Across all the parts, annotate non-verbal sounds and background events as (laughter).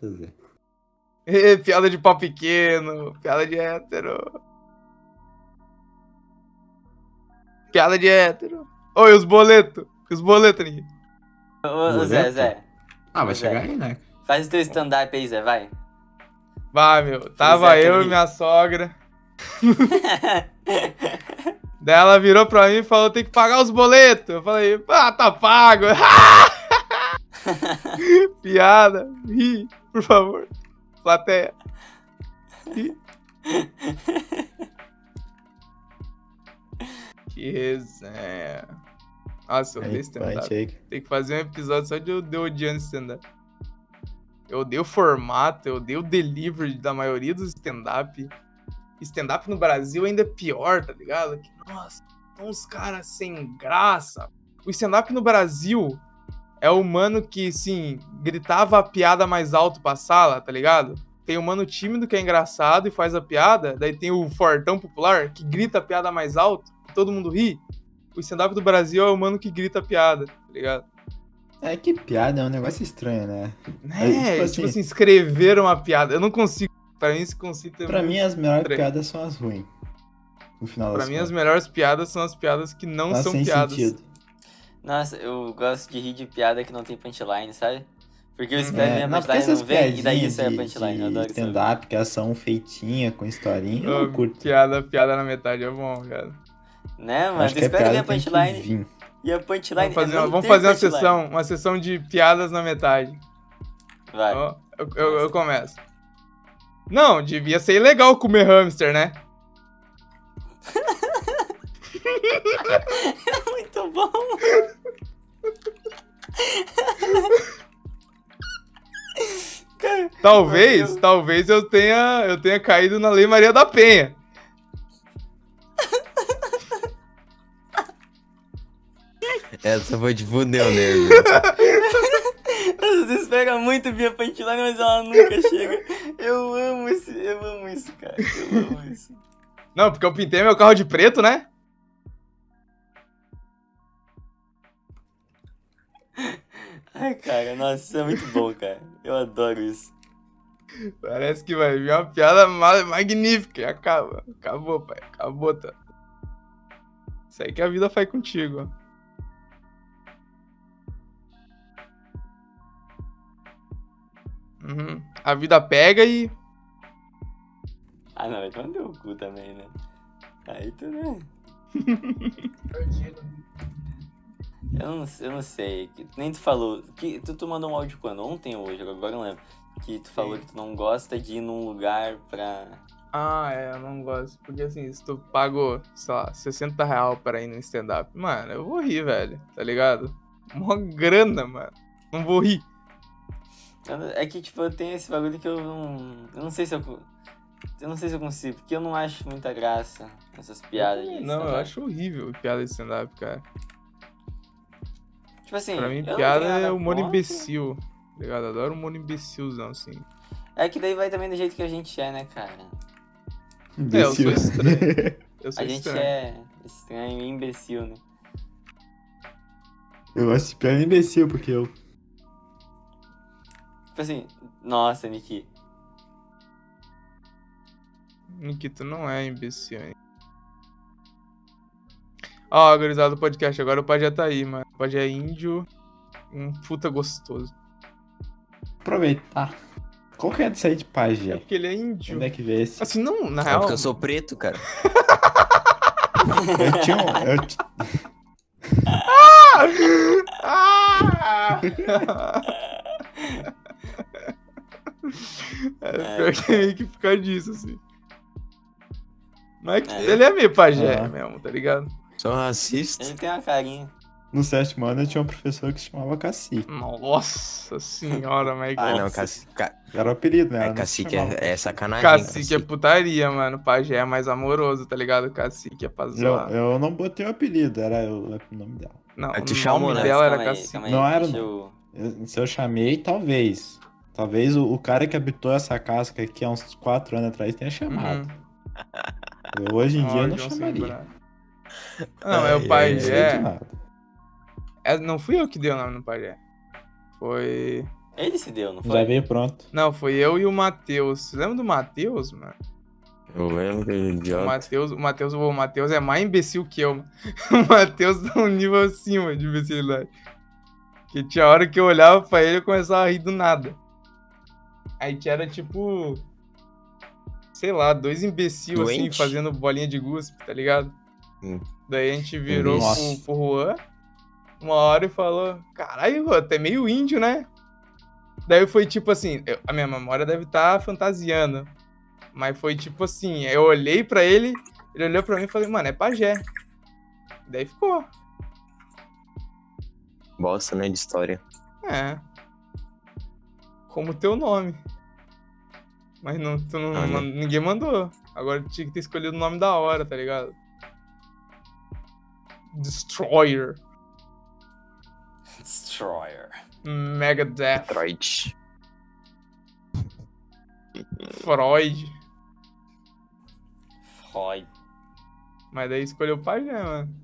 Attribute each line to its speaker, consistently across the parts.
Speaker 1: fazer. é.
Speaker 2: (laughs) piada de pau pequeno, piada de hétero. Piada de hétero. Oi, os boletos. Os boletos, Nick.
Speaker 3: Ô, ô, Zé,
Speaker 4: né?
Speaker 1: Boleto?
Speaker 3: Zé,
Speaker 1: Ah, vai
Speaker 3: Pois
Speaker 1: chegar
Speaker 3: é.
Speaker 1: aí, né?
Speaker 3: faz o teu stand-up aí, Zé, vai. (laughs)
Speaker 2: Vai, meu. Tava
Speaker 1: é,
Speaker 3: Zé,
Speaker 2: eu
Speaker 3: aquele-
Speaker 2: e minha sogra. Daí ela virou pra mim e falou: tem que pagar os boletos. Eu falei: ah, tá pago. (laughs) Piada. Ri, por favor. Plateia. Ri. que resenha. Nossa, eu odeio
Speaker 4: Aí, vai,
Speaker 2: stand-up.
Speaker 4: chega.
Speaker 2: Tem que fazer um episódio só de eu, de eu odiando stand-up. Eu odeio o formato, eu odeio o delivery da maioria dos stand-up. Stand-up no Brasil ainda é pior, tá ligado? Que, nossa, são uns caras sem graça. O stand-up no Brasil é o mano que, sim, gritava a piada mais alto pra sala, tá ligado? Tem o mano tímido que é engraçado e faz a piada, daí tem o fortão popular que grita a piada mais alto e todo mundo ri. O stand-up do Brasil é o mano que grita a piada, tá ligado?
Speaker 4: É que piada é um negócio estranho, né?
Speaker 2: É,
Speaker 4: tipo
Speaker 2: tipo,
Speaker 4: assim-
Speaker 2: assim, escreveram uma piada. Eu não consigo. Pra mim, esse conceito é
Speaker 4: Pra mim, as melhores
Speaker 2: Estranho.
Speaker 4: piadas são as ruins. No final
Speaker 2: um, Pra
Speaker 4: das
Speaker 2: mim, as
Speaker 4: contas.
Speaker 2: melhores piadas são as piadas que não
Speaker 4: Tá
Speaker 2: são
Speaker 4: sem
Speaker 2: piadas.
Speaker 4: sentido.
Speaker 3: Nossa, eu gosto de rir de piada que não tem punchline, sabe? Porque eu espero
Speaker 4: É,
Speaker 3: minha
Speaker 4: não, porque
Speaker 3: punchline
Speaker 4: essas
Speaker 3: não vem, e daí
Speaker 4: piadinhas
Speaker 3: isso é a
Speaker 4: de,
Speaker 3: punchline, eu
Speaker 4: de
Speaker 3: adoro isso.
Speaker 4: stand-up, que elas são feitinhas, com historinha, eu
Speaker 2: Ah,
Speaker 4: não curto.
Speaker 2: Piada, piada na metade é bom, cara.
Speaker 3: Né, mano?
Speaker 4: Acho
Speaker 3: Tu
Speaker 4: que a
Speaker 3: espera ver a
Speaker 4: piada tem que
Speaker 3: punchline
Speaker 4: vir.
Speaker 3: e a
Speaker 2: Vamos
Speaker 3: punchline
Speaker 2: fazer,
Speaker 3: é
Speaker 2: uma,
Speaker 3: não
Speaker 2: vamos
Speaker 3: ter
Speaker 2: fazer uma
Speaker 3: punchline.
Speaker 2: sessão, uma sessão de piadas na metade.
Speaker 3: Vai.
Speaker 2: Ó, eu, eu- eu começo. Não, devia ser ilegal comer hamster, né?
Speaker 3: Muito bom. Cara,
Speaker 2: Talvez,
Speaker 3: Meu
Speaker 2: talvez eu tenha, eu tenha caído na Lei Maria da Penha.
Speaker 5: Essa foi de fudeu, nego.
Speaker 3: Vocês pegam muito minha punchline, mas ela nunca chega. Eu amo esse, eu amo isso, cara. Eu amo isso.
Speaker 2: Não, porque eu pintei meu carro de preto, né?
Speaker 3: Ai, cara, nossa, isso é muito bom, cara. Eu adoro isso.
Speaker 2: Parece que vai vir uma piada ma- magnífica. E acaba. Acabou, pai. Acabou, tá? Isso aí que a vida faz contigo. ó. Uhum. A vida pega e.
Speaker 3: Ah, não, então deu o cu também, né? Aí tu, né? Eu não, eu não sei, que- nem tu falou, que, tu, tu mandou um áudio quando? Ontem ou hoje? Agora eu não lembro. Que tu falou que tu não gosta de ir num lugar pra...
Speaker 2: Ah, é, eu não gosto. Porque assim, se tu pagou, sei lá, 60 real pra ir no stand-up, mano, eu vou rir, velho. Tá ligado? Mó grana, mano. Não vou rir.
Speaker 3: Eu não- É que, tipo, eu tenho esse bagulho que eu não... Eu não sei se eu... co- Eu não sei se eu consigo, porque eu não acho muita graça essas piadas. de
Speaker 2: Não, eu
Speaker 3: stand-up.
Speaker 2: acho horrível piada de stand-up, cara.
Speaker 3: Tipo assim,
Speaker 2: Pra mim,
Speaker 3: eu não
Speaker 2: piada
Speaker 3: tenho nada
Speaker 2: é humor
Speaker 3: contra.
Speaker 2: imbecil. tá Ligado? Adoro humor imbecilzão, assim.
Speaker 3: É que daí vai também do jeito que a gente é, né, cara?
Speaker 2: É, eu sou
Speaker 4: Imbecil.
Speaker 2: estranho. Eu sou
Speaker 3: A gente
Speaker 2: estranho.
Speaker 3: é estranho e imbecil, né?
Speaker 4: (laughs) Eu gosto de piada imbecil, porque eu...
Speaker 3: Tipo assim, nossa, Niki.
Speaker 2: Nikito não é imbecil, hein? Ó, gurizada do podcast, agora o Pajé tá aí, mano. O Pajé é índio, um puta gostoso.
Speaker 4: Aproveitar. Ah, Qual que é disso aí de
Speaker 2: É
Speaker 4: pajé?
Speaker 2: porque ele é índio.
Speaker 4: Onde é que vê esse?
Speaker 2: Assim, não, na
Speaker 5: É
Speaker 2: real.
Speaker 5: porque eu sou preto, cara.
Speaker 4: Eu
Speaker 2: (laughs)
Speaker 4: tinha um... eu ti-
Speaker 2: Ah! (laughs) é pior que é meio que por causa disso, assim. Mas que-
Speaker 3: É.
Speaker 2: ele é meio pajé
Speaker 4: Aham.
Speaker 2: mesmo, tá ligado?
Speaker 5: Sou racista.
Speaker 3: Ele tem uma carinha.
Speaker 4: No sétimo ano, eu tinha um professor que se chamava Cacique.
Speaker 2: Nossa senhora, mas
Speaker 5: Ah, não,
Speaker 4: Nossa.
Speaker 5: cacique, ca-
Speaker 4: Era o apelido, né? Era
Speaker 5: é,
Speaker 4: no
Speaker 5: cacique
Speaker 4: chamava.
Speaker 5: é, é sacanagem.
Speaker 2: Cacique
Speaker 5: assim.
Speaker 2: é putaria, mano. Pajé é mais amoroso, tá ligado? Cacique é pra zoar.
Speaker 4: Eu, eu não botei o apelido, era o, o nome dela.
Speaker 2: Não,
Speaker 5: Aí tu
Speaker 2: o
Speaker 5: chamou,
Speaker 2: nome
Speaker 5: né?
Speaker 2: dela era
Speaker 3: calma aí,
Speaker 2: Cacique.
Speaker 3: calma aí,
Speaker 4: Não era,
Speaker 3: deixa
Speaker 4: não.
Speaker 3: eu-
Speaker 4: Eu- Se eu chamei, talvez. Talvez o, o cara que habitou essa casca aqui há uns 4 anos atrás tenha chamado.
Speaker 2: Uhum.
Speaker 4: Eu, hoje em dia
Speaker 2: Ó,
Speaker 4: eu não
Speaker 2: Uhum. João
Speaker 4: chamaria.
Speaker 2: Sembrado. Não, é o
Speaker 5: Ai,
Speaker 4: Não sei
Speaker 2: pajé.
Speaker 4: de nada.
Speaker 2: É, não fui eu que dei o nome no pajé. Foi.
Speaker 3: Ele se deu, não foi?
Speaker 4: Já veio pronto.
Speaker 2: Não, foi eu e o Matheus. Lembra do Matheus, mano?
Speaker 5: Eu lembro que ele é
Speaker 2: O
Speaker 5: idiota.
Speaker 2: Matheus, o Matheus, o Matheus é mais imbecil que eu. mano. (laughs) O Matheus tá um nível acima de imbecilidade. Que tinha hora que eu olhava pra ele e eu começava a rir do nada. Aí tinha era tipo. Sei lá, dois imbecil assim,
Speaker 5: Doente?
Speaker 2: fazendo bolinha de guspe, tá ligado?
Speaker 5: Hum.
Speaker 2: Daí a gente virou pro,
Speaker 4: Nossa.
Speaker 2: pro Juan uma hora e falou: Caralho, Juan, tu é meio índio, né? Daí foi tipo assim: eu- a minha memória deve estar fantasiando. Mas foi tipo assim, eu olhei pra ele, ele olhou pra mim e falei, mano, é pajé. Daí ficou.
Speaker 5: Bosta, né, de história.
Speaker 2: É. Como teu nome. Mas não, tu não,
Speaker 5: Ah, não.
Speaker 2: man- ninguém mandou. Agora tinha que ter escolhido o nome da hora, tá ligado? Destroyer.
Speaker 3: Destroyer.
Speaker 2: Megadeth.
Speaker 5: Detroit.
Speaker 2: Freud.
Speaker 3: Freud.
Speaker 2: Mas daí escolheu pajé, mano.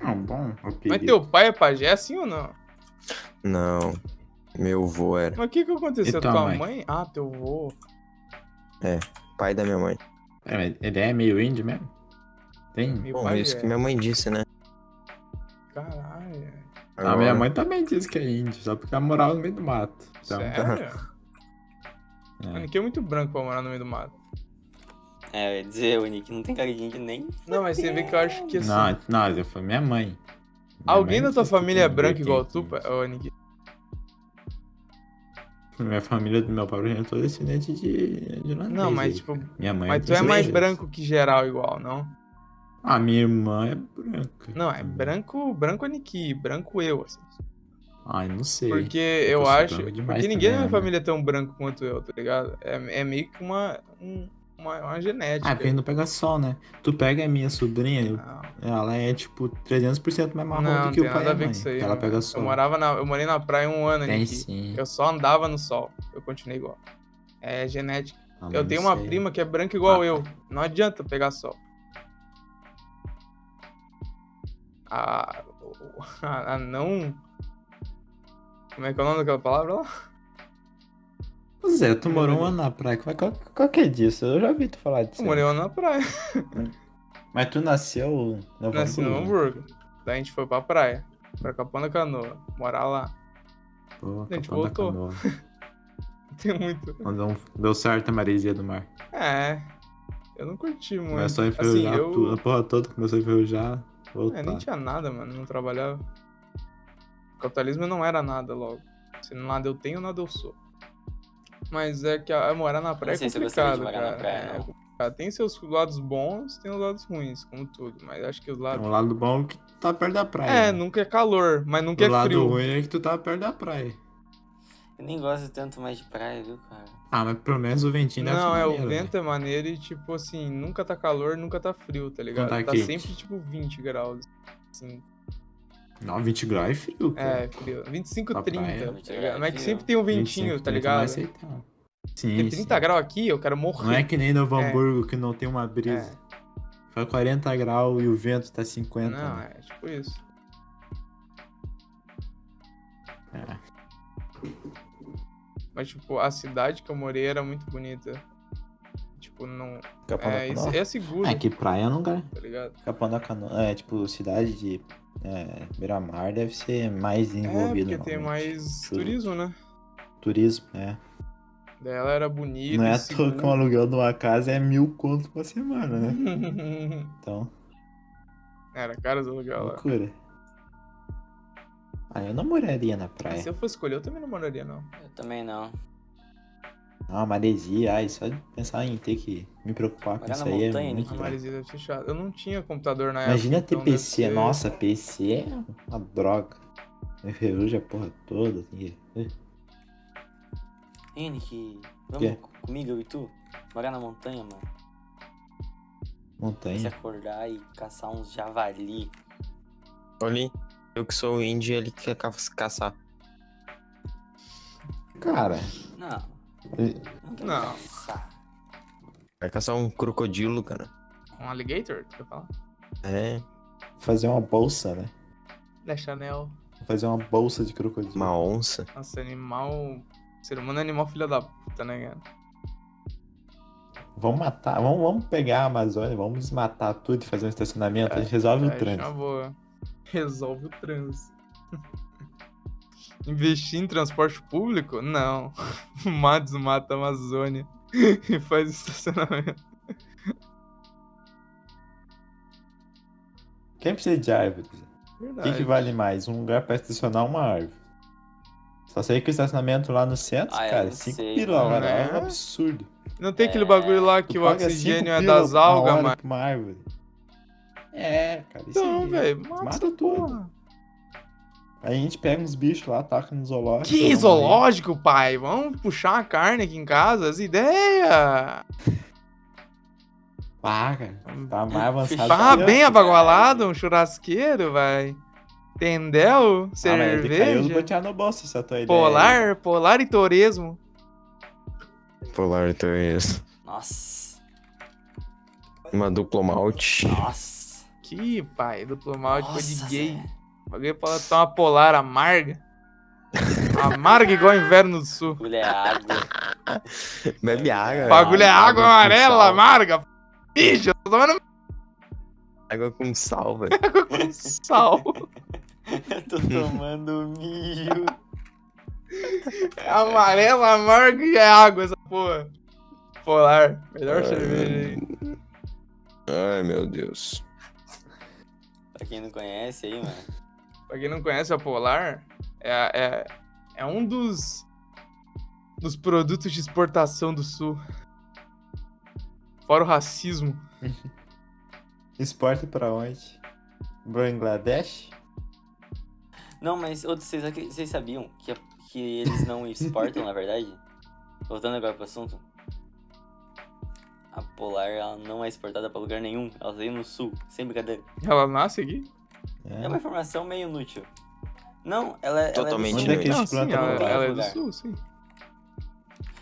Speaker 4: Ah, bom.
Speaker 2: Mas teu pai é pajé assim ou não?
Speaker 5: Não. Meu avô era.
Speaker 2: Mas o que que aconteceu?
Speaker 4: E tua
Speaker 2: Tua mãe?
Speaker 4: mãe?
Speaker 2: Ah, teu avô.
Speaker 5: Pai da minha mãe.
Speaker 4: É, mas ele é meio índio mesmo? Tem?
Speaker 2: Meu
Speaker 5: Bom,
Speaker 2: pai
Speaker 5: isso
Speaker 2: é.
Speaker 5: que minha mãe disse, né?
Speaker 2: Caralho.
Speaker 4: A minha mãe também diz que é índio, só porque ela morava no meio do mato. Então,
Speaker 2: Sério?
Speaker 4: É.
Speaker 2: Mano, Aqui é muito branco pra morar no meio do mato.
Speaker 3: É, eu ia dizer, o Nick não tem carinha que nem.
Speaker 2: Não, mas você vê que eu acho que assim.
Speaker 4: não, não, eu falei minha mãe. Minha
Speaker 2: alguém
Speaker 4: mãe
Speaker 2: da tua
Speaker 4: diz que
Speaker 2: família é
Speaker 4: tem
Speaker 2: branco
Speaker 4: ninguém
Speaker 2: igual
Speaker 4: que é
Speaker 2: tu,
Speaker 4: índio.
Speaker 2: pa- ô, Nick?
Speaker 4: Minha família do meu pai, por exemplo, é descendente de, de holandês.
Speaker 2: Não, mas
Speaker 4: aí.
Speaker 2: tipo.
Speaker 4: Minha mãe
Speaker 2: Mas tu é
Speaker 4: francesa.
Speaker 2: mais branco que geral igual, não?
Speaker 4: A minha irmã é branca.
Speaker 2: Não, é branco, branco Niki, branco eu, assim.
Speaker 4: Ai, não sei.
Speaker 2: Porque eu,
Speaker 4: sou
Speaker 2: acho.
Speaker 4: branco
Speaker 2: Porque
Speaker 4: demais
Speaker 2: ninguém
Speaker 4: também,
Speaker 2: da minha
Speaker 4: né?
Speaker 2: família é tão branco quanto eu, tá ligado? É, é meio que uma. um- uma, uma genética. Ah.
Speaker 4: Ah, porque não pega sol, né? Tu pega a minha sobrinha, eu-
Speaker 2: Não.
Speaker 4: ela é tipo 300% mais marrom
Speaker 2: Não,
Speaker 4: do que
Speaker 2: tem
Speaker 4: o
Speaker 2: nada
Speaker 4: pai e
Speaker 2: a
Speaker 4: a
Speaker 2: ver
Speaker 4: mãe.
Speaker 2: com isso aí,
Speaker 4: porque ela
Speaker 2: mano.
Speaker 4: pega
Speaker 2: Eu
Speaker 4: sol.
Speaker 2: morava na. Eu morei na praia um ano,
Speaker 4: Tem
Speaker 2: Niki.
Speaker 4: sim.
Speaker 2: Eu só andava no sol. Eu continuei igual. É genética.
Speaker 4: Ah, mas
Speaker 2: Eu
Speaker 4: não
Speaker 2: tenho uma
Speaker 4: sei.
Speaker 2: prima que é branca igual
Speaker 4: Ah,
Speaker 2: eu. Não adianta pegar sol. A, o- (laughs) a, a não. Como é que é o nome daquela palavra lá?
Speaker 4: Pois é, tu morou um ano na praia. Como é que- qual, qual que é disso? Eu já vi tu falar disso.
Speaker 2: Eu
Speaker 4: aí.
Speaker 2: morei lá na praia.
Speaker 4: Mas tu nasceu no
Speaker 2: Nasci no Hamburgo. Daí a gente foi pra praia. Pra Capão da Canoa. Morar lá. (laughs)
Speaker 4: Pô,
Speaker 2: A gente
Speaker 4: Capão da
Speaker 2: voltou.
Speaker 4: Canoa.
Speaker 2: Tem muito.
Speaker 4: Não deu- um, Deu certo a maresia do mar.
Speaker 2: É. Eu não curti muito.
Speaker 4: Começou a
Speaker 2: assim,
Speaker 4: enferrujar
Speaker 2: eu.
Speaker 4: tudo. A porra toda começou a enferrujar. Voltar.
Speaker 2: É, nem tinha nada, mano. Não trabalhava. O capitalismo não era nada logo. Se nada eu tenho, nada eu sou. Mas é que a, a morar na praia
Speaker 3: sei
Speaker 2: é
Speaker 3: se eu gostaria de
Speaker 2: complicado,
Speaker 3: morar na
Speaker 2: cara.
Speaker 3: praia,
Speaker 2: É
Speaker 3: não.
Speaker 2: complicado. Tem seus lados bons, tem os lados ruins, como tudo. Mas acho que os
Speaker 4: Tem
Speaker 2: lados.
Speaker 4: um lado bom é que tu tá perto da praia.
Speaker 2: É, nunca é calor, mas nunca
Speaker 4: O
Speaker 2: é
Speaker 4: lado
Speaker 2: frio.
Speaker 4: ruim é que tu tá perto da praia.
Speaker 3: Eu nem gosto tanto mais de praia, viu, cara?
Speaker 4: Ah, mas pelo menos o ventinho deve
Speaker 2: Não,
Speaker 4: ser
Speaker 2: é, o
Speaker 4: maneiro, né?
Speaker 2: vento é maneiro e, tipo assim, nunca tá calor, nunca tá frio, tá ligado?
Speaker 4: tá
Speaker 2: tá
Speaker 4: quente.
Speaker 2: sempre, tipo, 20 graus. Assim,
Speaker 4: velho. Não, 20 graus é frio, cara.
Speaker 2: é, frio. 25,
Speaker 4: Pra
Speaker 2: 30,
Speaker 4: praia.
Speaker 2: tá ligado? Mas que
Speaker 3: Frio.
Speaker 2: sempre tem um ventinho,
Speaker 4: 25,
Speaker 2: tá
Speaker 4: 30 é mais
Speaker 2: ligado?
Speaker 4: aceitável. Sim,
Speaker 2: Tem
Speaker 4: sim.
Speaker 2: 30 graus aqui, eu quero morrer.
Speaker 4: é. Não é que nem Novo
Speaker 2: É.
Speaker 4: Hamburgo que não tem uma brisa. Faz 40 graus e o vento tá 50.
Speaker 2: Não,
Speaker 4: né?
Speaker 2: é tipo isso.
Speaker 4: É.
Speaker 2: Mas, tipo, a cidade que eu morei era muito bonita. Tipo, não.
Speaker 4: Capão
Speaker 2: É,
Speaker 4: da
Speaker 2: isso
Speaker 4: Canoa.
Speaker 2: é seguro,
Speaker 4: É que praia é um lugar.
Speaker 2: tá ligado?
Speaker 4: Capão da Canoa. É, tipo, cidade de é, Beira-Mar deve ser mais
Speaker 2: É,
Speaker 4: desenvolvido.
Speaker 2: porque tem
Speaker 4: normalmente.
Speaker 2: mais
Speaker 4: Chuva.
Speaker 2: turismo, né?
Speaker 4: Turismo, é.
Speaker 2: Daí ela era bonita.
Speaker 4: Não é
Speaker 2: e
Speaker 4: à toa que um
Speaker 2: segura.
Speaker 4: aluguel de uma casa é mil conto por semana, né?
Speaker 2: Uhum.
Speaker 4: Então,
Speaker 2: (laughs) Era cara do lugar Tá lá.
Speaker 4: loucura. Ah, eu não moraria na
Speaker 2: Mas se
Speaker 4: praia.
Speaker 2: eu fosse escolher, eu também não moraria, não.
Speaker 3: Eu também não.
Speaker 4: Ah, maresia, ai, só de pensar em ter que me preocupar com
Speaker 3: Morar
Speaker 4: isso
Speaker 3: na
Speaker 4: aí
Speaker 3: montanha,
Speaker 4: é muito...
Speaker 2: A
Speaker 3: né?
Speaker 4: bom.
Speaker 2: Marizia deve ser chata. Eu não tinha computador na
Speaker 4: Imagina
Speaker 2: época.
Speaker 4: ter
Speaker 2: então deve
Speaker 4: PC,
Speaker 2: ser-
Speaker 4: nossa, PC é uma droga. Enferruja a porra toda, assim, tem que...
Speaker 3: Ih, Nick, vamos
Speaker 4: Quê?
Speaker 3: co- comigo, eu e tu? Morar na montanha, mano. Se
Speaker 4: Montanha.
Speaker 3: acordar e caçar uns javali.
Speaker 5: Olha aí. Eu que sou índio, ele quer ca- caçar.
Speaker 4: Cara,
Speaker 3: Não, não quero
Speaker 2: Não.
Speaker 3: caçar.
Speaker 5: Vai caçar um crocodilo, cara.
Speaker 2: Um alligator, tu quer falar?
Speaker 5: É.
Speaker 4: fazer uma bolsa, né?
Speaker 2: Da Chanel.
Speaker 4: Fazer uma bolsa de crocodilo.
Speaker 5: Uma onça.
Speaker 2: Nossa, animal. Ser humano é animal filha da puta, né, cara?
Speaker 4: Vamos matar, vamos, vamos pegar a Amazônia, vamos desmatar tudo e fazer um estacionamento. a gente resolve
Speaker 2: É,
Speaker 4: o
Speaker 2: acho uma
Speaker 4: trânsito.
Speaker 2: boa. (laughs) Resolve o trânsito. (laughs) Investir em transporte público? Não. (laughs) Matos mata a Amazônia (laughs) e faz estacionamento.
Speaker 4: Quem precisa de árvores? O
Speaker 2: Verdade.
Speaker 4: que, que vale mais? Um lugar pra estacionar ou uma árvore? Só sei que o estacionamento lá no centro,
Speaker 3: Ah, eu
Speaker 4: cara,
Speaker 3: não
Speaker 4: 5
Speaker 3: sei,
Speaker 4: pila a hora.
Speaker 2: né?
Speaker 4: É um absurdo.
Speaker 2: Não tem aquele
Speaker 3: É,
Speaker 2: bagulho lá que
Speaker 4: Tu
Speaker 2: o
Speaker 4: paga cinco
Speaker 2: oxigênio é
Speaker 4: pila
Speaker 2: das
Speaker 4: a
Speaker 2: algas,
Speaker 4: hora
Speaker 2: mano.
Speaker 4: pra Uma árvore. É, cara, isso
Speaker 2: Então,
Speaker 4: aí,
Speaker 2: velho,
Speaker 4: mata
Speaker 2: mata
Speaker 4: tudo.
Speaker 2: tudo.
Speaker 4: Aí a gente pega uns bichos lá, taca no zoológico. um
Speaker 2: Que
Speaker 4: vamos
Speaker 2: zoológico, pai? Vamos puxar a carne aqui em casa? As ideias!
Speaker 4: ver. Ah, cara, tá mais avançado.
Speaker 2: Tá
Speaker 4: que eu.
Speaker 2: bem
Speaker 3: cara.
Speaker 2: abagualado, um churrasqueiro, vai. Entendeu?
Speaker 4: Ah, mas decaiu, eu vou
Speaker 2: Cerveja,
Speaker 4: tirar no né? bolso essa tua ideia. aí.
Speaker 2: polar, polar e turismo.
Speaker 5: Polar então é isso.
Speaker 3: Nossa.
Speaker 5: Uma duplo malte.
Speaker 3: Nossa.
Speaker 2: Que pai, duplo malte foi de
Speaker 3: Nossa,
Speaker 2: gay.
Speaker 3: Zé.
Speaker 2: Alguém pode tomar uma polar amarga. amarga igual inverno do sul.
Speaker 3: Bagulho é
Speaker 2: (laughs)
Speaker 3: água.
Speaker 5: Bebe água.
Speaker 2: O bagulho é água
Speaker 5: com
Speaker 2: amarela,
Speaker 5: sal.
Speaker 2: amarga. Bicho, eu tô tomando
Speaker 5: Água com sal, velho.
Speaker 2: com sal.
Speaker 3: Eu tô tomando
Speaker 2: um
Speaker 3: milho.
Speaker 2: É amarela, amarga e é água essa porra. Polar, melhor cerveja aí.
Speaker 5: Ai, meu Deus.
Speaker 3: Pra quem não conhece aí, mano.
Speaker 2: Pra quem não conhece, a Polar é, é, é um dos, dos produtos de exportação do Sul. Fora o racismo.
Speaker 4: Exporta pra onde? Bangladesh?
Speaker 3: Não, mas outros, vocês, acre- vocês sabiam que, a- que eles não exportam, na verdade? Voltando agora pro assunto. A Polar ela não é exportada pra lugar nenhum. Ela veio no sul, sem brincadeira.
Speaker 2: Ela nasce aqui?
Speaker 3: É (laughs) uma informação meio inútil. Não, ela, ela
Speaker 5: Totalmente
Speaker 3: é do sul.
Speaker 4: Onde é que eles
Speaker 2: não, sim,
Speaker 4: plantam
Speaker 2: ela,
Speaker 3: Polar?
Speaker 2: ela é do
Speaker 3: Lugar.
Speaker 2: Sul, sim.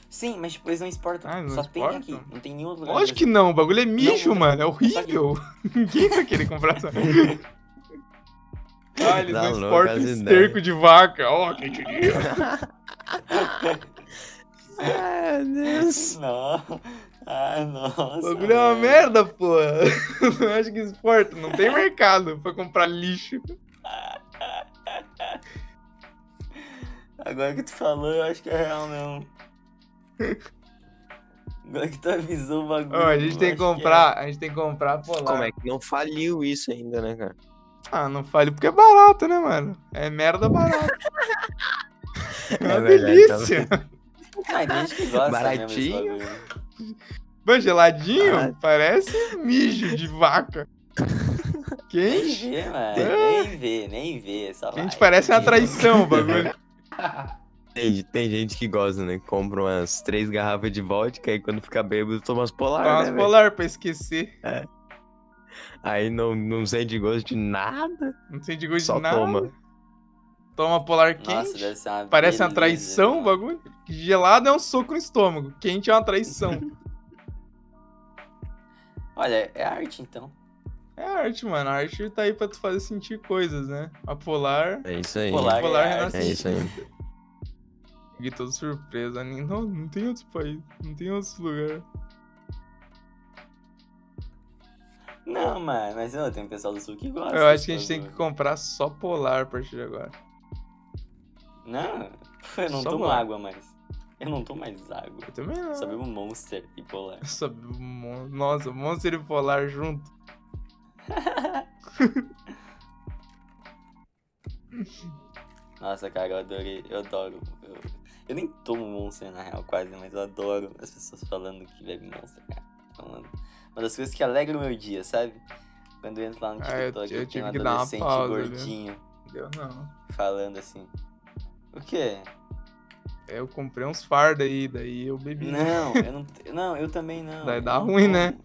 Speaker 3: Sim, mas tipo, eles não exportam.
Speaker 2: Ah, não
Speaker 3: Só
Speaker 2: exportam?
Speaker 3: tem aqui. Não tem nenhum outro lugar.
Speaker 2: Lógico que não, o bagulho é mijo,
Speaker 3: Não,
Speaker 2: mano. É
Speaker 3: só que-
Speaker 2: horrível. (laughs) Ninguém vai querer comprar essa. (laughs) Ah, eles
Speaker 5: Tá
Speaker 2: não
Speaker 5: louco,
Speaker 2: exportam
Speaker 5: as ideias.
Speaker 2: esterco de vaca. Ó,
Speaker 4: (laughs)
Speaker 2: quem diria?
Speaker 4: É,
Speaker 5: Ai, Deus.
Speaker 3: (laughs) Não. Ah, nossa.
Speaker 2: O bagulho é uma
Speaker 3: mano.
Speaker 2: merda, pô. (laughs) Não acho que exporta. Não tem mercado pra comprar lixo.
Speaker 3: Agora que tu falou, eu acho que é real mesmo. Agora que tu avisou o bagulho.
Speaker 2: Ó, a gente
Speaker 3: eu
Speaker 2: tem que
Speaker 3: acho é.
Speaker 2: comprar, a gente tem que comprar polar.
Speaker 5: Como é que não faliu isso ainda, né, cara?
Speaker 2: Ah, não fale porque é barato, né, mano? É merda
Speaker 5: (laughs)
Speaker 2: barata. É uma
Speaker 5: É verdade, tá
Speaker 2: delícia.
Speaker 3: Ah, tem gente que gosta
Speaker 5: Baratinho.
Speaker 3: Mesmo desse bagulho.
Speaker 2: Mano, geladinho,
Speaker 5: Ah.
Speaker 2: parece um mijo de
Speaker 5: (laughs)
Speaker 2: vaca.
Speaker 3: Nem
Speaker 2: Quente.
Speaker 3: vê, mano. Nem vê, nem vê. Só vai.
Speaker 2: É. Gente, parece uma traição o bagulho.
Speaker 5: (laughs) Tem, tem gente que gosta, né? Compra umas três garrafas de vodka e quando fica bêbado toma umas polar,
Speaker 2: Tá
Speaker 5: né,
Speaker 2: umas
Speaker 5: velho?
Speaker 2: polar pra esquecer.
Speaker 5: Aí não, não sente gosto de nada,
Speaker 2: Não sente gosto
Speaker 5: só
Speaker 2: de nada.
Speaker 5: toma.
Speaker 2: Toma polar quente.
Speaker 3: Nossa, deve ser uma
Speaker 2: Parece uma
Speaker 3: beleza, né?
Speaker 2: traição o
Speaker 3: mano.
Speaker 2: bagulho. Gelado é um soco no estômago. Quente é uma
Speaker 3: (laughs)
Speaker 2: traição.
Speaker 3: Olha, é arte então.
Speaker 2: É arte, mano. A arte tá aí pra tu fazer sentir coisas, né? A polar.
Speaker 5: É isso aí.
Speaker 3: Polar,
Speaker 2: Polar
Speaker 3: é arte.
Speaker 2: renascente.
Speaker 5: É isso aí.
Speaker 2: Fiquei todo surpreso. né? Não, não tem outro país. Não tem outro lugar.
Speaker 3: Não, mano, mas eu tem pessoal do sul que gosta.
Speaker 2: Eu acho
Speaker 3: desse
Speaker 2: que a gente tem que
Speaker 3: bagulho.
Speaker 2: comprar só polar a partir de agora.
Speaker 3: Não, (laughs) eu não
Speaker 2: Só
Speaker 3: tomo
Speaker 2: bora.
Speaker 3: água mais. Eu não tomo mais água.
Speaker 2: Eu também não.
Speaker 3: Só bebo Monster e Polar.
Speaker 2: Só bebo mon- Nossa, Monster e Polar junto.
Speaker 3: Nossa, cara, eu adorei. Eu adoro. Eu, eu nem tomo Monster na real, quase, mas eu adoro as pessoas falando que bebe Monster, cara. É uma- Uma das coisas que alegra o meu dia, sabe? Quando eu entro lá no
Speaker 2: Ah, eu
Speaker 3: TikTok,
Speaker 2: ti- eu
Speaker 3: e tem um
Speaker 2: tive que dar uma
Speaker 3: adolescente
Speaker 2: pausa, né? viu?
Speaker 3: gordinho
Speaker 2: Deu não.
Speaker 3: falando assim. O quê?
Speaker 2: Eu comprei uns fardos aí, daí eu bebi. né? (laughs)
Speaker 3: Não, eu não. Não, eu também não.
Speaker 2: Hum. Daí
Speaker 3: eu
Speaker 2: dá
Speaker 3: não
Speaker 2: ruim,
Speaker 3: tomo.
Speaker 2: né?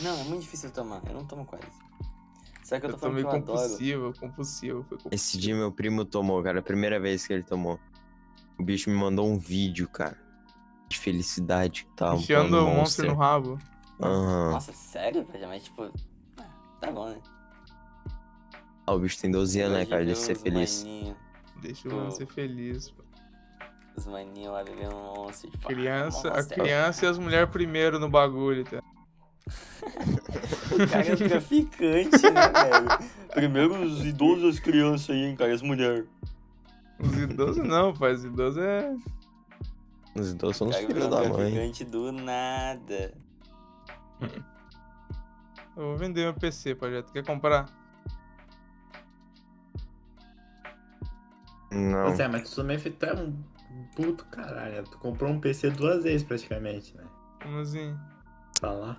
Speaker 3: Não, é muito difícil eu tomar. Eu não tomo quase. Só é que eu
Speaker 2: Eu
Speaker 3: tô
Speaker 2: tô
Speaker 3: falando
Speaker 2: meio
Speaker 3: que eu adoro.
Speaker 2: compulsivo, compulsivo. Foi compulsivo.
Speaker 5: Esse dia meu primo tomou, cara. A primeira vez que ele tomou. O bicho me mandou um vídeo, cara. De felicidade que tava.
Speaker 2: Enfiando
Speaker 5: tomando
Speaker 2: o monstro no rabo.
Speaker 5: Aham.
Speaker 3: Nossa, sério, velho? Mas tipo. ah, Tá bom, né?
Speaker 5: Ah, o bicho tem 12 anos, né, cara? Ele
Speaker 3: Imagina
Speaker 5: ser
Speaker 3: os
Speaker 5: feliz.
Speaker 3: maninho.
Speaker 2: Deixa o mano ser feliz. pô.
Speaker 3: Os maninhos lá bebendo um once. Tipo, ah,
Speaker 2: Criança, a
Speaker 3: monster.
Speaker 2: criança e as mulheres primeiro no bagulho, tá?
Speaker 3: O cara fica ficante, né, velho? Primeiro os idosos e as crianças aí, hein, cara, as mulheres.
Speaker 2: Os idosos não, pai. Os idosos é.
Speaker 5: Os idosos são
Speaker 3: O
Speaker 5: os
Speaker 3: cara
Speaker 5: filhos
Speaker 3: virou um
Speaker 5: da mãe.
Speaker 3: traficante do nada.
Speaker 2: Eu vou vender meu PC, Pajé. Tu quer comprar?
Speaker 5: Não.
Speaker 4: Pois é, mas tu também fe- tu é um puto caralho. né? Tu comprou um PC duas vezes praticamente, né?
Speaker 2: Como assim?
Speaker 4: Tá lá.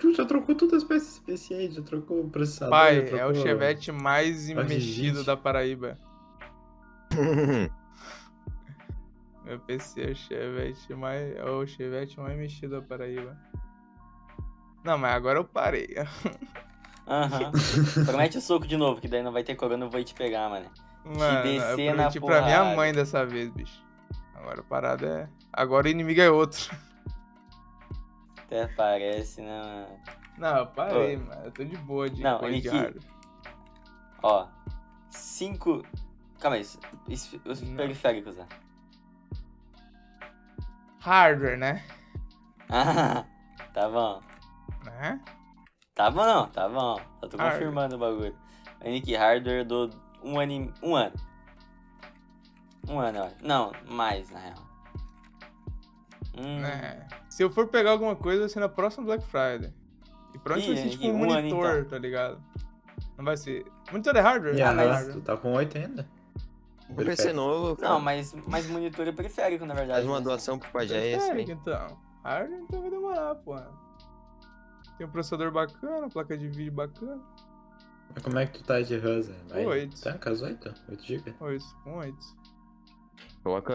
Speaker 4: Tu já trocou todas as peças desse PC aí, já trocou o processador. já
Speaker 2: Pai, é
Speaker 4: trocou...
Speaker 2: o chevette mais
Speaker 4: Olha,
Speaker 2: mexido
Speaker 4: gente.
Speaker 2: da Paraíba. Meu PC é o chevette mais. É o chevette mais mexido da Paraíba. Não, mas agora eu parei. (laughs)
Speaker 3: Aham. Promete o soco de novo, que daí não vai ter corona, eu vou te pegar, mano.
Speaker 2: Mano, eu
Speaker 3: descer na
Speaker 2: prometi pra minha
Speaker 3: porrada.
Speaker 2: mãe dessa vez, bicho. Agora a parada é. Agora o inimigo é outro.
Speaker 3: Até parece, né, mano?
Speaker 2: Não, eu parei, mano. Eu tô de boa de
Speaker 3: Não,
Speaker 2: coisa de
Speaker 3: Henrique,
Speaker 2: hard.
Speaker 3: Ó, cinco... Calma aí, isso- isso- os
Speaker 2: Não.
Speaker 3: periféricos, né? (laughs)
Speaker 2: Hardware, né?
Speaker 3: Ah, tá bom.
Speaker 2: Né?
Speaker 3: Tá bom, tá bom. Só tô
Speaker 2: Hardware.
Speaker 3: confirmando o bagulho. Nick Hardware do um ano e... Um ano. Um ano, eu acho. Não, mais, na real. Hum,
Speaker 2: Né? Se eu for pegar alguma coisa, vai ser na próxima Black Friday. E pronto,
Speaker 3: Ih,
Speaker 2: vai ser tipo um
Speaker 3: Henrique, um ano,
Speaker 2: monitor, tá ligado? Não vai ser. Monitor é hardware?
Speaker 4: E a
Speaker 3: Ah, mas-
Speaker 4: nossa, tu tá com 8 ainda.
Speaker 5: Um PC novo, cara.
Speaker 3: Não, mas, mas monitor é periférico, na verdade.
Speaker 5: Faz uma
Speaker 3: né?
Speaker 5: doação pro pajé é esse
Speaker 2: Periférico,
Speaker 5: aí.
Speaker 2: então. Hardware então vai demorar, porra. Tem um processador bacana, placa de vídeo bacana.
Speaker 4: Mas como é que tu tá de RAM, Zé? Vai-
Speaker 2: Oito.
Speaker 4: Tá, com as 8? 8 GB?
Speaker 2: 8, com 8.
Speaker 5: Coloca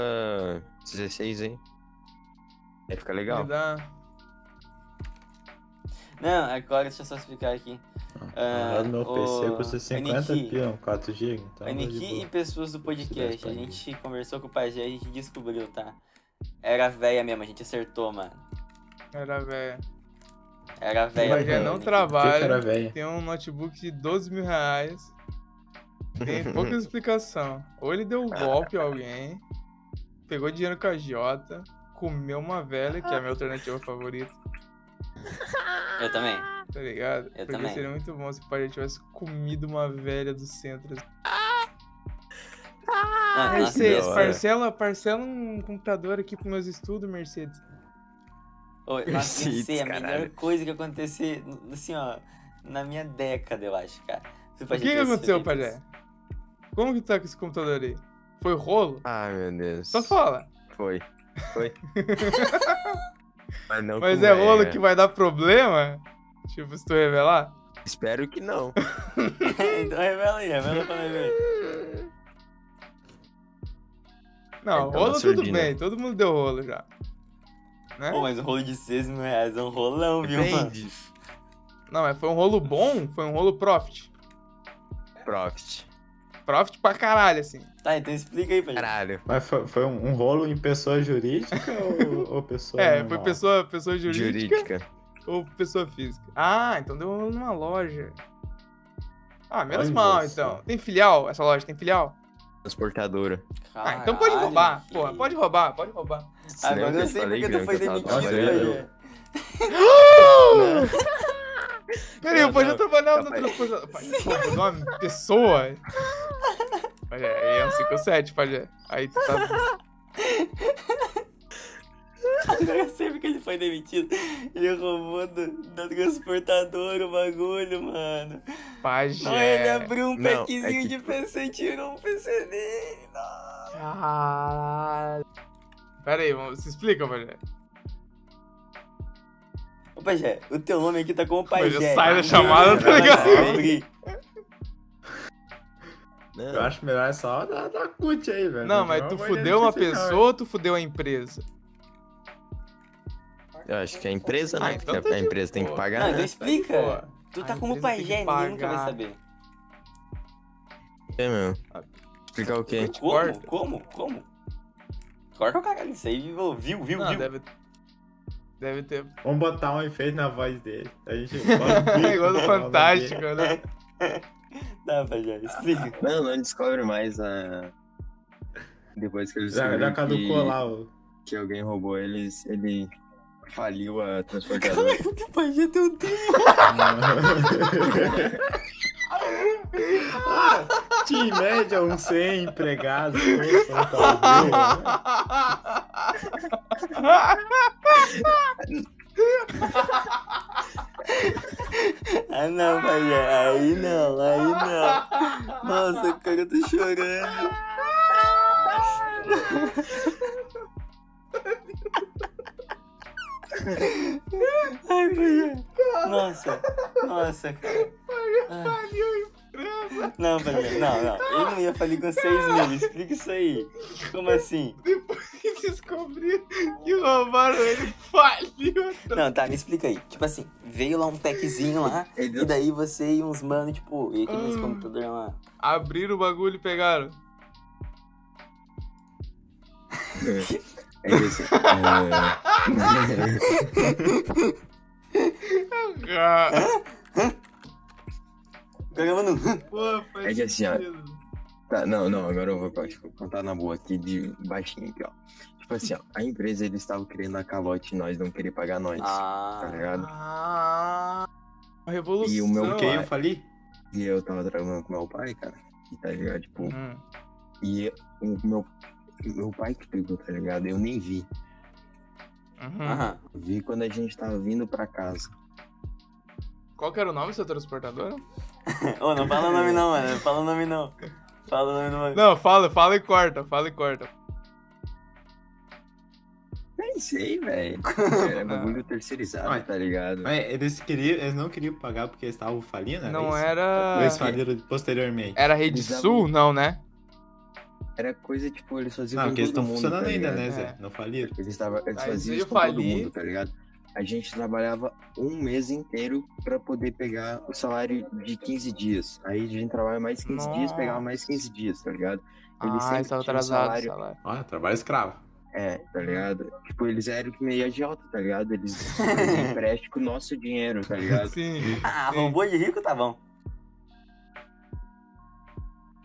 Speaker 5: 16 aí. Aí fica legal.
Speaker 2: Me dá.
Speaker 3: Não, agora deixa eu só explicar aqui. Ah,
Speaker 4: Ah, meu PC
Speaker 3: ô,
Speaker 4: custa 50
Speaker 3: Aniki.
Speaker 4: pião, 4 GB. Então, tá
Speaker 3: Aniki
Speaker 4: de
Speaker 3: e
Speaker 4: boa.
Speaker 3: pessoas do
Speaker 4: Cidade
Speaker 3: podcast. A
Speaker 4: pra mim.
Speaker 3: gente conversou com o Pajé e a gente descobriu, tá? Era véia mesmo, a gente acertou, mano.
Speaker 2: Era, velho.
Speaker 3: Era
Speaker 2: O
Speaker 3: véia.
Speaker 4: Pajé
Speaker 2: Bagé
Speaker 3: mesmo,
Speaker 4: mano,
Speaker 2: não
Speaker 3: Nick.
Speaker 4: Que cara é
Speaker 2: trabalha,
Speaker 4: velha.
Speaker 2: tem um notebook de 12 mil reais.
Speaker 5: (laughs)
Speaker 2: Tem pouca explicação. Ou ele deu um golpe a alguém, pegou dinheiro com a Jota, comeu uma velha, que é a minha alternativa favorita,
Speaker 3: Eu também.
Speaker 2: tá ligado? Porque
Speaker 3: também.
Speaker 2: seria muito bom se o pai tivesse comido uma velha do centro. assim.
Speaker 3: Não, nossa,
Speaker 5: sei,
Speaker 2: Mercedes,
Speaker 5: da hora.
Speaker 2: parcela, parcela um computador aqui pros meus estudos, Mercedes. (laughs)
Speaker 3: Ô, Nossa,
Speaker 5: Sim,
Speaker 3: isso é a
Speaker 5: caralho.
Speaker 3: melhor coisa que acontecer, assim, ó, na minha década, eu acho, cara. Tipo, Se
Speaker 2: O que, que aconteceu, Pajé? Como que tá com esse computador aí? Foi rolo?
Speaker 5: Ai, meu Deus.
Speaker 2: Só fala.
Speaker 5: Foi.
Speaker 2: (laughs)
Speaker 5: Foi. Mas, não
Speaker 2: Mas
Speaker 5: com
Speaker 2: é rolo
Speaker 5: velha.
Speaker 2: que vai dar problema? Tipo, se tu revelar?
Speaker 5: Espero que não.
Speaker 2: (laughs)
Speaker 3: (laughs) então revela aí, revela pra nós ver.
Speaker 2: Não,
Speaker 5: É, dá uma
Speaker 2: rolo tudo
Speaker 5: surdina.
Speaker 2: bem, todo mundo deu rolo já. Né?
Speaker 3: Pô, mas o rolo de 6 mil reais é um rolão, viu, mano?
Speaker 5: Depende.
Speaker 2: Não, mas foi um rolo bom, foi um rolo profit.
Speaker 5: Profit.
Speaker 2: Profit pra caralho, assim.
Speaker 3: Tá, então explica aí, Pajé.
Speaker 5: Caralho.
Speaker 4: Mas foi, foi um, um rolo em pessoa jurídica ou, ou pessoa
Speaker 2: é,
Speaker 4: normal?
Speaker 2: foi pessoa, pessoa jurídica,
Speaker 5: Jurídica.
Speaker 2: ou pessoa física. Ah, então deu rolo numa loja. Ah, menos
Speaker 4: Olha
Speaker 2: mal,
Speaker 4: só.
Speaker 2: então. Tem filial? Essa loja tem filial?
Speaker 5: Transportadora.
Speaker 2: ah, então pode
Speaker 3: Caralho,
Speaker 2: roubar.
Speaker 3: que-
Speaker 2: Porra, pode roubar, pode roubar.
Speaker 5: Você lembra
Speaker 3: Agora
Speaker 5: que
Speaker 3: eu sei
Speaker 5: falei,
Speaker 3: porque
Speaker 5: Gran,
Speaker 3: tu foi
Speaker 5: que eu
Speaker 3: demitido,
Speaker 5: tava
Speaker 3: né,
Speaker 5: trabalhando?
Speaker 3: Pajé.
Speaker 2: Peraí, eu
Speaker 5: Não,
Speaker 2: podia
Speaker 5: não,
Speaker 2: trabalhar no
Speaker 5: capaz.
Speaker 2: transportador. Pai, pô, de uma pessoa. Olha, aí é um 57, pode. Aí tu tá
Speaker 3: Agora eu sei porque ele foi demitido. Ele roubou do- da transportadora o bagulho, mano.
Speaker 2: Pajé.
Speaker 3: Não, ele abriu um
Speaker 5: Não, é
Speaker 3: packzinho
Speaker 5: que-
Speaker 3: de PC e tirou um PC dele. Não.
Speaker 2: Caralho. Ah. Pera aí, vamos- se explica, Pajé.
Speaker 3: Ô, Pajé, é, o teu nome aqui tá como Pajé.
Speaker 2: sai da chamada,
Speaker 4: tá ligado? Eu
Speaker 5: Não,
Speaker 4: acho melhor é essa hora da, da CUT aí, velho.
Speaker 2: Não, mas tu
Speaker 4: vou olhar
Speaker 2: fudeu uma
Speaker 4: desse jeito,
Speaker 2: pessoa ou tu fudeu a empresa?
Speaker 5: eu acho que é a empresa, né?
Speaker 2: Ah, então
Speaker 5: Porque
Speaker 2: tá
Speaker 5: a
Speaker 2: de
Speaker 5: empresa tem que
Speaker 2: boa.
Speaker 3: Não,
Speaker 5: pagar,
Speaker 3: então
Speaker 5: né?
Speaker 2: Pô,
Speaker 3: explica. Tu
Speaker 2: a
Speaker 3: tá como
Speaker 2: empresa tem que
Speaker 3: Pajé, ninguém nunca vai
Speaker 2: pagar.
Speaker 3: saber.
Speaker 5: É, meu. Explicar o quê?
Speaker 2: Te
Speaker 3: Como?
Speaker 2: corta?
Speaker 3: Como? Como? Corta o caralho, isso aí viu, viu, viu.
Speaker 2: Não,
Speaker 3: viu.
Speaker 2: deve... Deve (laughs) ter...
Speaker 4: né? Vamos botar
Speaker 2: (laughs) É
Speaker 4: um efeito na voz dele. A gente
Speaker 2: Igual do Fantástico, né?
Speaker 3: Dá, Pajé, explica. (laughs)
Speaker 5: Não, não descobre mais a. Depois que eles
Speaker 4: Já, já
Speaker 5: descobriram
Speaker 4: caducou
Speaker 5: que,
Speaker 4: lá (laughs) o.
Speaker 5: que alguém roubou eles, ele faliu a transportadora.
Speaker 3: O Pajé tem um tempo.
Speaker 4: Tinha em média uns 100 empregados. um todos são
Speaker 2: (laughs)
Speaker 4: talvez.
Speaker 3: Ah, não, Pajé. Aí não, aí
Speaker 2: (laughs)
Speaker 3: não. Nossa, (laughs) cara, eu tô chorando. Ai, Pajé. Nossa, nossa, cara. Ai. Não, Pajé, não, não. Ele não ia falir com 6 mil. Explica isso aí. Como assim?
Speaker 2: E descobriram que roubaram ele, faliu.
Speaker 3: Não, tá, me explica aí. Tipo assim, veio lá um packzinho lá,
Speaker 5: Ele
Speaker 3: e daí você e uns mano, tipo, e aqueles
Speaker 2: Ah.
Speaker 3: computador lá.
Speaker 2: Abriram o bagulho e
Speaker 3: (laughs)
Speaker 2: pegaram.
Speaker 5: É isso. É...
Speaker 2: Ah,
Speaker 3: Caramba, não.
Speaker 2: Pô, faz
Speaker 5: É que assim, ó,
Speaker 2: sentido.
Speaker 5: Tá, não, não, agora eu vou, tipo, contar na boa aqui de baixinho aqui, ó. Tipo assim, ó, a empresa eles estavam querendo dar calote e nós não querer pagar nós. Tá
Speaker 3: Ah.
Speaker 5: ligado?
Speaker 2: Ah, uma revolução.
Speaker 5: E o meu
Speaker 4: Quem
Speaker 5: queijo
Speaker 4: eu
Speaker 2: é.
Speaker 4: falei?
Speaker 5: E eu tava trabalhando com meu pai, cara. E tá ligado? Tipo,
Speaker 2: Hum.
Speaker 5: e o meu, meu pai que pegou, tá ligado? Eu nem vi.
Speaker 2: Uhum.
Speaker 3: Aham.
Speaker 5: Vi quando a gente tava vindo pra casa.
Speaker 2: Qual que era o nome do seu transportador?
Speaker 3: Ô, não fala o nome não, mano. Não fala o nome não. Fala o nome não. mano.
Speaker 2: Não, fala, fala e corta, fala e corta.
Speaker 5: Nem sei, velho. Era bagulho
Speaker 4: Ué.
Speaker 5: terceirizado, tá ligado?
Speaker 4: Mas eles, queriam, eles não queriam pagar porque eles estavam falindo?
Speaker 2: Não
Speaker 4: isso?
Speaker 2: era. É,
Speaker 4: Ou eles faliram posteriormente?
Speaker 2: Era Rede
Speaker 5: Eles
Speaker 2: Sul? Não, né?
Speaker 5: Era coisa, tipo, eles faziam
Speaker 4: não,
Speaker 5: com
Speaker 4: porque eles estão
Speaker 5: todo mundo,
Speaker 4: funcionando
Speaker 5: tá
Speaker 4: ainda,
Speaker 5: ligado?
Speaker 4: né,
Speaker 2: ligado?
Speaker 4: Zé? Não faliram.
Speaker 5: Eles, tava, eles
Speaker 2: Aí
Speaker 5: faziam
Speaker 2: veio
Speaker 5: isso com todo
Speaker 2: falir.
Speaker 5: mundo, tá ligado? A gente trabalhava um mês inteiro pra poder pegar o salário de 15 dias. Aí a gente trabalhava mais 15 dias,
Speaker 2: Nossa.
Speaker 5: pegava mais 15 dias, tá ligado? Eles
Speaker 2: Ah,
Speaker 5: sempre
Speaker 2: estava
Speaker 5: tinham um
Speaker 2: atrasado.
Speaker 5: salário-
Speaker 2: salário.
Speaker 4: Olha, trabalho escravo.
Speaker 5: É, tá ligado? Tipo, eles eram que meio agiota, tá ligado? Eles faziam empréstimo com o nosso dinheiro, tá ligado?
Speaker 2: Sim.
Speaker 3: Ah, roubou de rico, tá bom.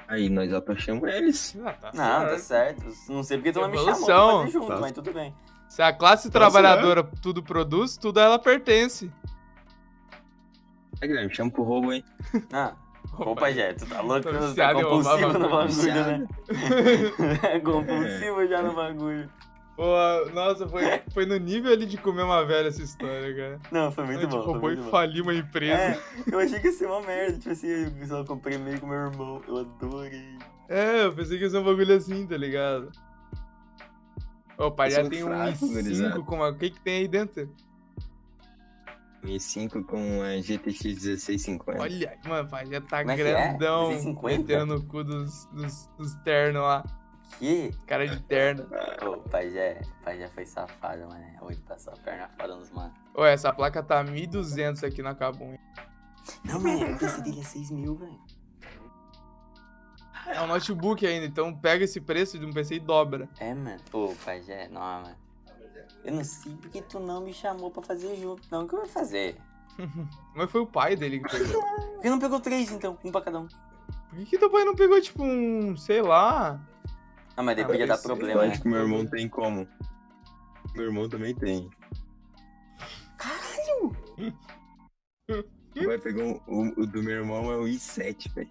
Speaker 5: Aí nós atochamos eles.
Speaker 2: Ah, tá
Speaker 3: Não, tá
Speaker 2: certo.
Speaker 3: certo. Não sei porque tu não me chamou pra
Speaker 2: Evolução.
Speaker 3: fazer junto,
Speaker 4: Tá.
Speaker 3: mas tudo bem.
Speaker 2: Se a classe
Speaker 4: Tá
Speaker 2: trabalhadora tudo produz, tudo a ela pertence.
Speaker 5: Aí, Guilherme, chama pro roubo, hein?
Speaker 3: Ah, ô, Pajé, tu tá louco?
Speaker 2: Tô
Speaker 3: Tu tá
Speaker 2: viciado em roubar
Speaker 3: compulsivo no bagulho,
Speaker 5: bagulho.
Speaker 3: né? (laughs) É compulsivo já no bagulho.
Speaker 2: (laughs) Pô, nossa, foi, foi no nível ali de comer uma velha essa história, cara.
Speaker 3: Não, foi muito
Speaker 2: Ela, tipo,
Speaker 3: bom. Foi
Speaker 2: roubou
Speaker 3: muito
Speaker 2: e
Speaker 3: bom.
Speaker 2: faliu uma empresa.
Speaker 3: É, eu achei que ia ser uma merda. Tipo assim, eu só comprei meio com meu irmão. Eu adorei.
Speaker 2: É, eu pensei que ia ser um bagulho assim, tá ligado? Ô, pai,
Speaker 5: Vocês
Speaker 2: já
Speaker 5: são
Speaker 2: tem um
Speaker 5: fracos, gurizada.
Speaker 2: i5 com uma... O que que tem aí dentro?
Speaker 5: E 5 com a GTX 1650.
Speaker 2: Olha, mano, pai, já tá
Speaker 3: Como é que é?
Speaker 2: grandão.
Speaker 3: 250?
Speaker 2: metendo no cu dos, dos, dos ternos lá.
Speaker 3: Que?
Speaker 2: Cara de terno.
Speaker 3: Ô, o Pajé, o Pajé foi safado, mano. Hoje passou a perna fora nos mano.
Speaker 2: Ô, essa placa tá 1.200 aqui na Kabum. hein?
Speaker 3: Não, mano, o preço dele é 6 mil, velho.
Speaker 2: É um notebook ainda, então pega esse preço de um PC e dobra.
Speaker 3: É, mano. Ô, Pajé, não, é mano. Eu não sei porque tu não me chamou pra fazer junto, não. O que eu vou fazer?
Speaker 2: Mas foi o pai dele que pegou.
Speaker 3: Por que não pegou três, então? Um pra cada um.
Speaker 2: Por que, que teu pai não pegou, tipo, um, sei lá?
Speaker 3: Ah, mas daí
Speaker 2: Ah,
Speaker 3: podia dar
Speaker 2: mas eu
Speaker 3: problema, né?
Speaker 5: Lógico que meu irmão tem como. Meu irmão também tem. Caralho! Vai pegar um- o, o do meu irmão é o i7, velho.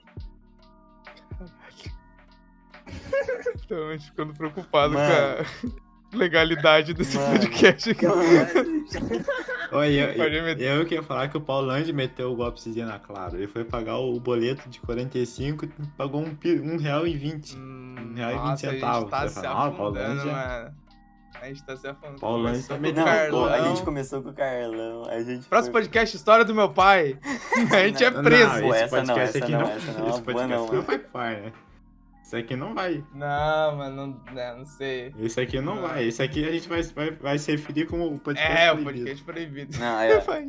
Speaker 2: Tô ficando preocupado
Speaker 3: Mano.
Speaker 2: com a (laughs) legalidade desse
Speaker 3: Mano.
Speaker 2: podcast aqui.
Speaker 4: Oi, eu,
Speaker 2: Pode
Speaker 4: eu,
Speaker 2: meter.
Speaker 4: eu que ia falar que o Paulo Lange meteu o golpe esse dia na Claro. Ele foi pagar o boleto de 45 e pagou um, pi- um real e 20.
Speaker 2: Hum,
Speaker 4: real e
Speaker 2: nossa,
Speaker 4: vinte
Speaker 2: a gente
Speaker 4: centavos.
Speaker 2: tá
Speaker 4: Você
Speaker 2: se
Speaker 4: vai falar, ah, Paulo
Speaker 2: afundando,
Speaker 4: Lange é-
Speaker 2: mano. A gente tá se afundando.
Speaker 4: Paulo Lange
Speaker 2: Começou
Speaker 4: também
Speaker 2: com o
Speaker 3: Não,
Speaker 4: tá-
Speaker 2: Carlão.
Speaker 3: pô, a gente começou com o Carlão, a gente.
Speaker 2: Próximo
Speaker 3: foi...
Speaker 2: podcast, história do meu
Speaker 3: (laughs)
Speaker 2: pai. A gente é
Speaker 4: Não,
Speaker 2: preso.
Speaker 3: Pô,
Speaker 4: esse
Speaker 3: essa não,
Speaker 4: podcast
Speaker 3: essa
Speaker 4: aqui
Speaker 3: não, essa não é
Speaker 4: (laughs) esse
Speaker 3: uma boa,
Speaker 4: podcast
Speaker 3: não,
Speaker 4: não,
Speaker 3: mano.
Speaker 4: vai pro ar, né? Esse aqui não vai.
Speaker 2: Não, mano, não, né, não sei.
Speaker 4: Esse aqui não
Speaker 2: Não.
Speaker 4: vai. Esse aqui a gente vai, vai, vai se referir como o podcast.
Speaker 2: É, o
Speaker 4: proibido.
Speaker 2: podcast (laughs) proibido.
Speaker 3: Não, aí, ó,
Speaker 2: Pai,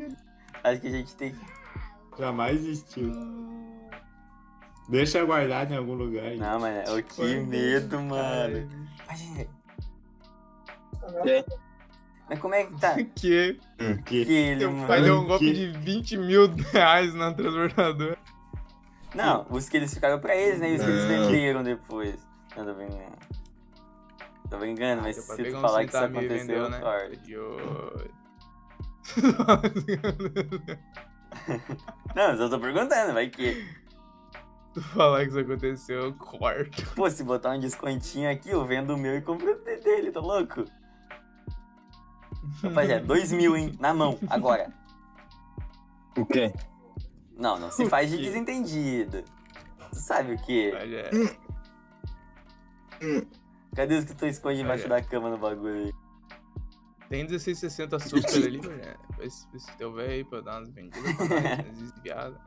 Speaker 3: acho que a gente tem que.
Speaker 4: Jamais existiu. Deixa guardado em algum lugar. aí.
Speaker 3: Não, mano, ô, que
Speaker 2: Foi
Speaker 3: medo,
Speaker 2: Cara,
Speaker 3: mano. Imagina.
Speaker 5: É.
Speaker 3: Mas como é que
Speaker 2: (laughs)
Speaker 3: tá?
Speaker 2: que
Speaker 4: Porque
Speaker 3: Aquele,
Speaker 2: eu
Speaker 3: É, mano.
Speaker 2: falhei um
Speaker 4: que-
Speaker 2: golpe de 20 mil reais na transportadora.
Speaker 3: Não, os que eles ficaram pra eles, né? E os que eles
Speaker 5: Não.
Speaker 3: venderam depois. Não, tô brincando. Tô brincando, mas
Speaker 2: Deu pra
Speaker 3: se
Speaker 2: pegar
Speaker 3: tu
Speaker 2: uns
Speaker 3: falar que isso
Speaker 2: 30 mil e
Speaker 3: aconteceu,
Speaker 2: vendeu, né?
Speaker 3: eu corto.
Speaker 2: (laughs) Idiota.
Speaker 3: Não, só tô perguntando, vai que.
Speaker 2: Tu falar que isso aconteceu, eu corto.
Speaker 3: Pô, se botar um descontinho aqui, eu vendo o meu e compro o dele, tá louco? Rapaziada, dois mil, hein? Na mão, agora.
Speaker 5: O quê?
Speaker 3: Não, não se
Speaker 2: O
Speaker 3: faz de
Speaker 2: quê?
Speaker 3: desentendido. Tu sabe o quê?
Speaker 2: Mas é,
Speaker 3: Cadê os que tu esconde embaixo
Speaker 2: Olha.
Speaker 3: da cama no bagulho aí?
Speaker 2: Tem 1660 super ali, né? Vê se vê se teu velho aí pra dar umas
Speaker 3: (laughs)
Speaker 2: vendidas pra nós, umas desviadas.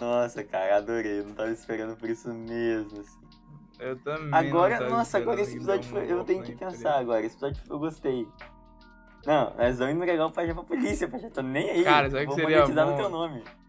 Speaker 3: Nossa, cara, adorei. Eu não tava esperando por isso mesmo, assim.
Speaker 2: Eu também.
Speaker 3: Agora,
Speaker 2: não tava
Speaker 3: nossa,
Speaker 2: esperando
Speaker 3: agora esse
Speaker 2: que
Speaker 3: episódio
Speaker 2: deu um
Speaker 3: foi. Eu
Speaker 2: golpe
Speaker 3: tenho
Speaker 2: na
Speaker 3: que
Speaker 2: empresa.
Speaker 3: pensar agora. Esse episódio eu gostei. Não, nós vamos entregar o Pajé pra polícia, Pajé. Tô nem aí.
Speaker 2: Cara, sabe o que
Speaker 3: Vou
Speaker 2: seria
Speaker 3: monetizar no
Speaker 2: bom?
Speaker 3: teu nome.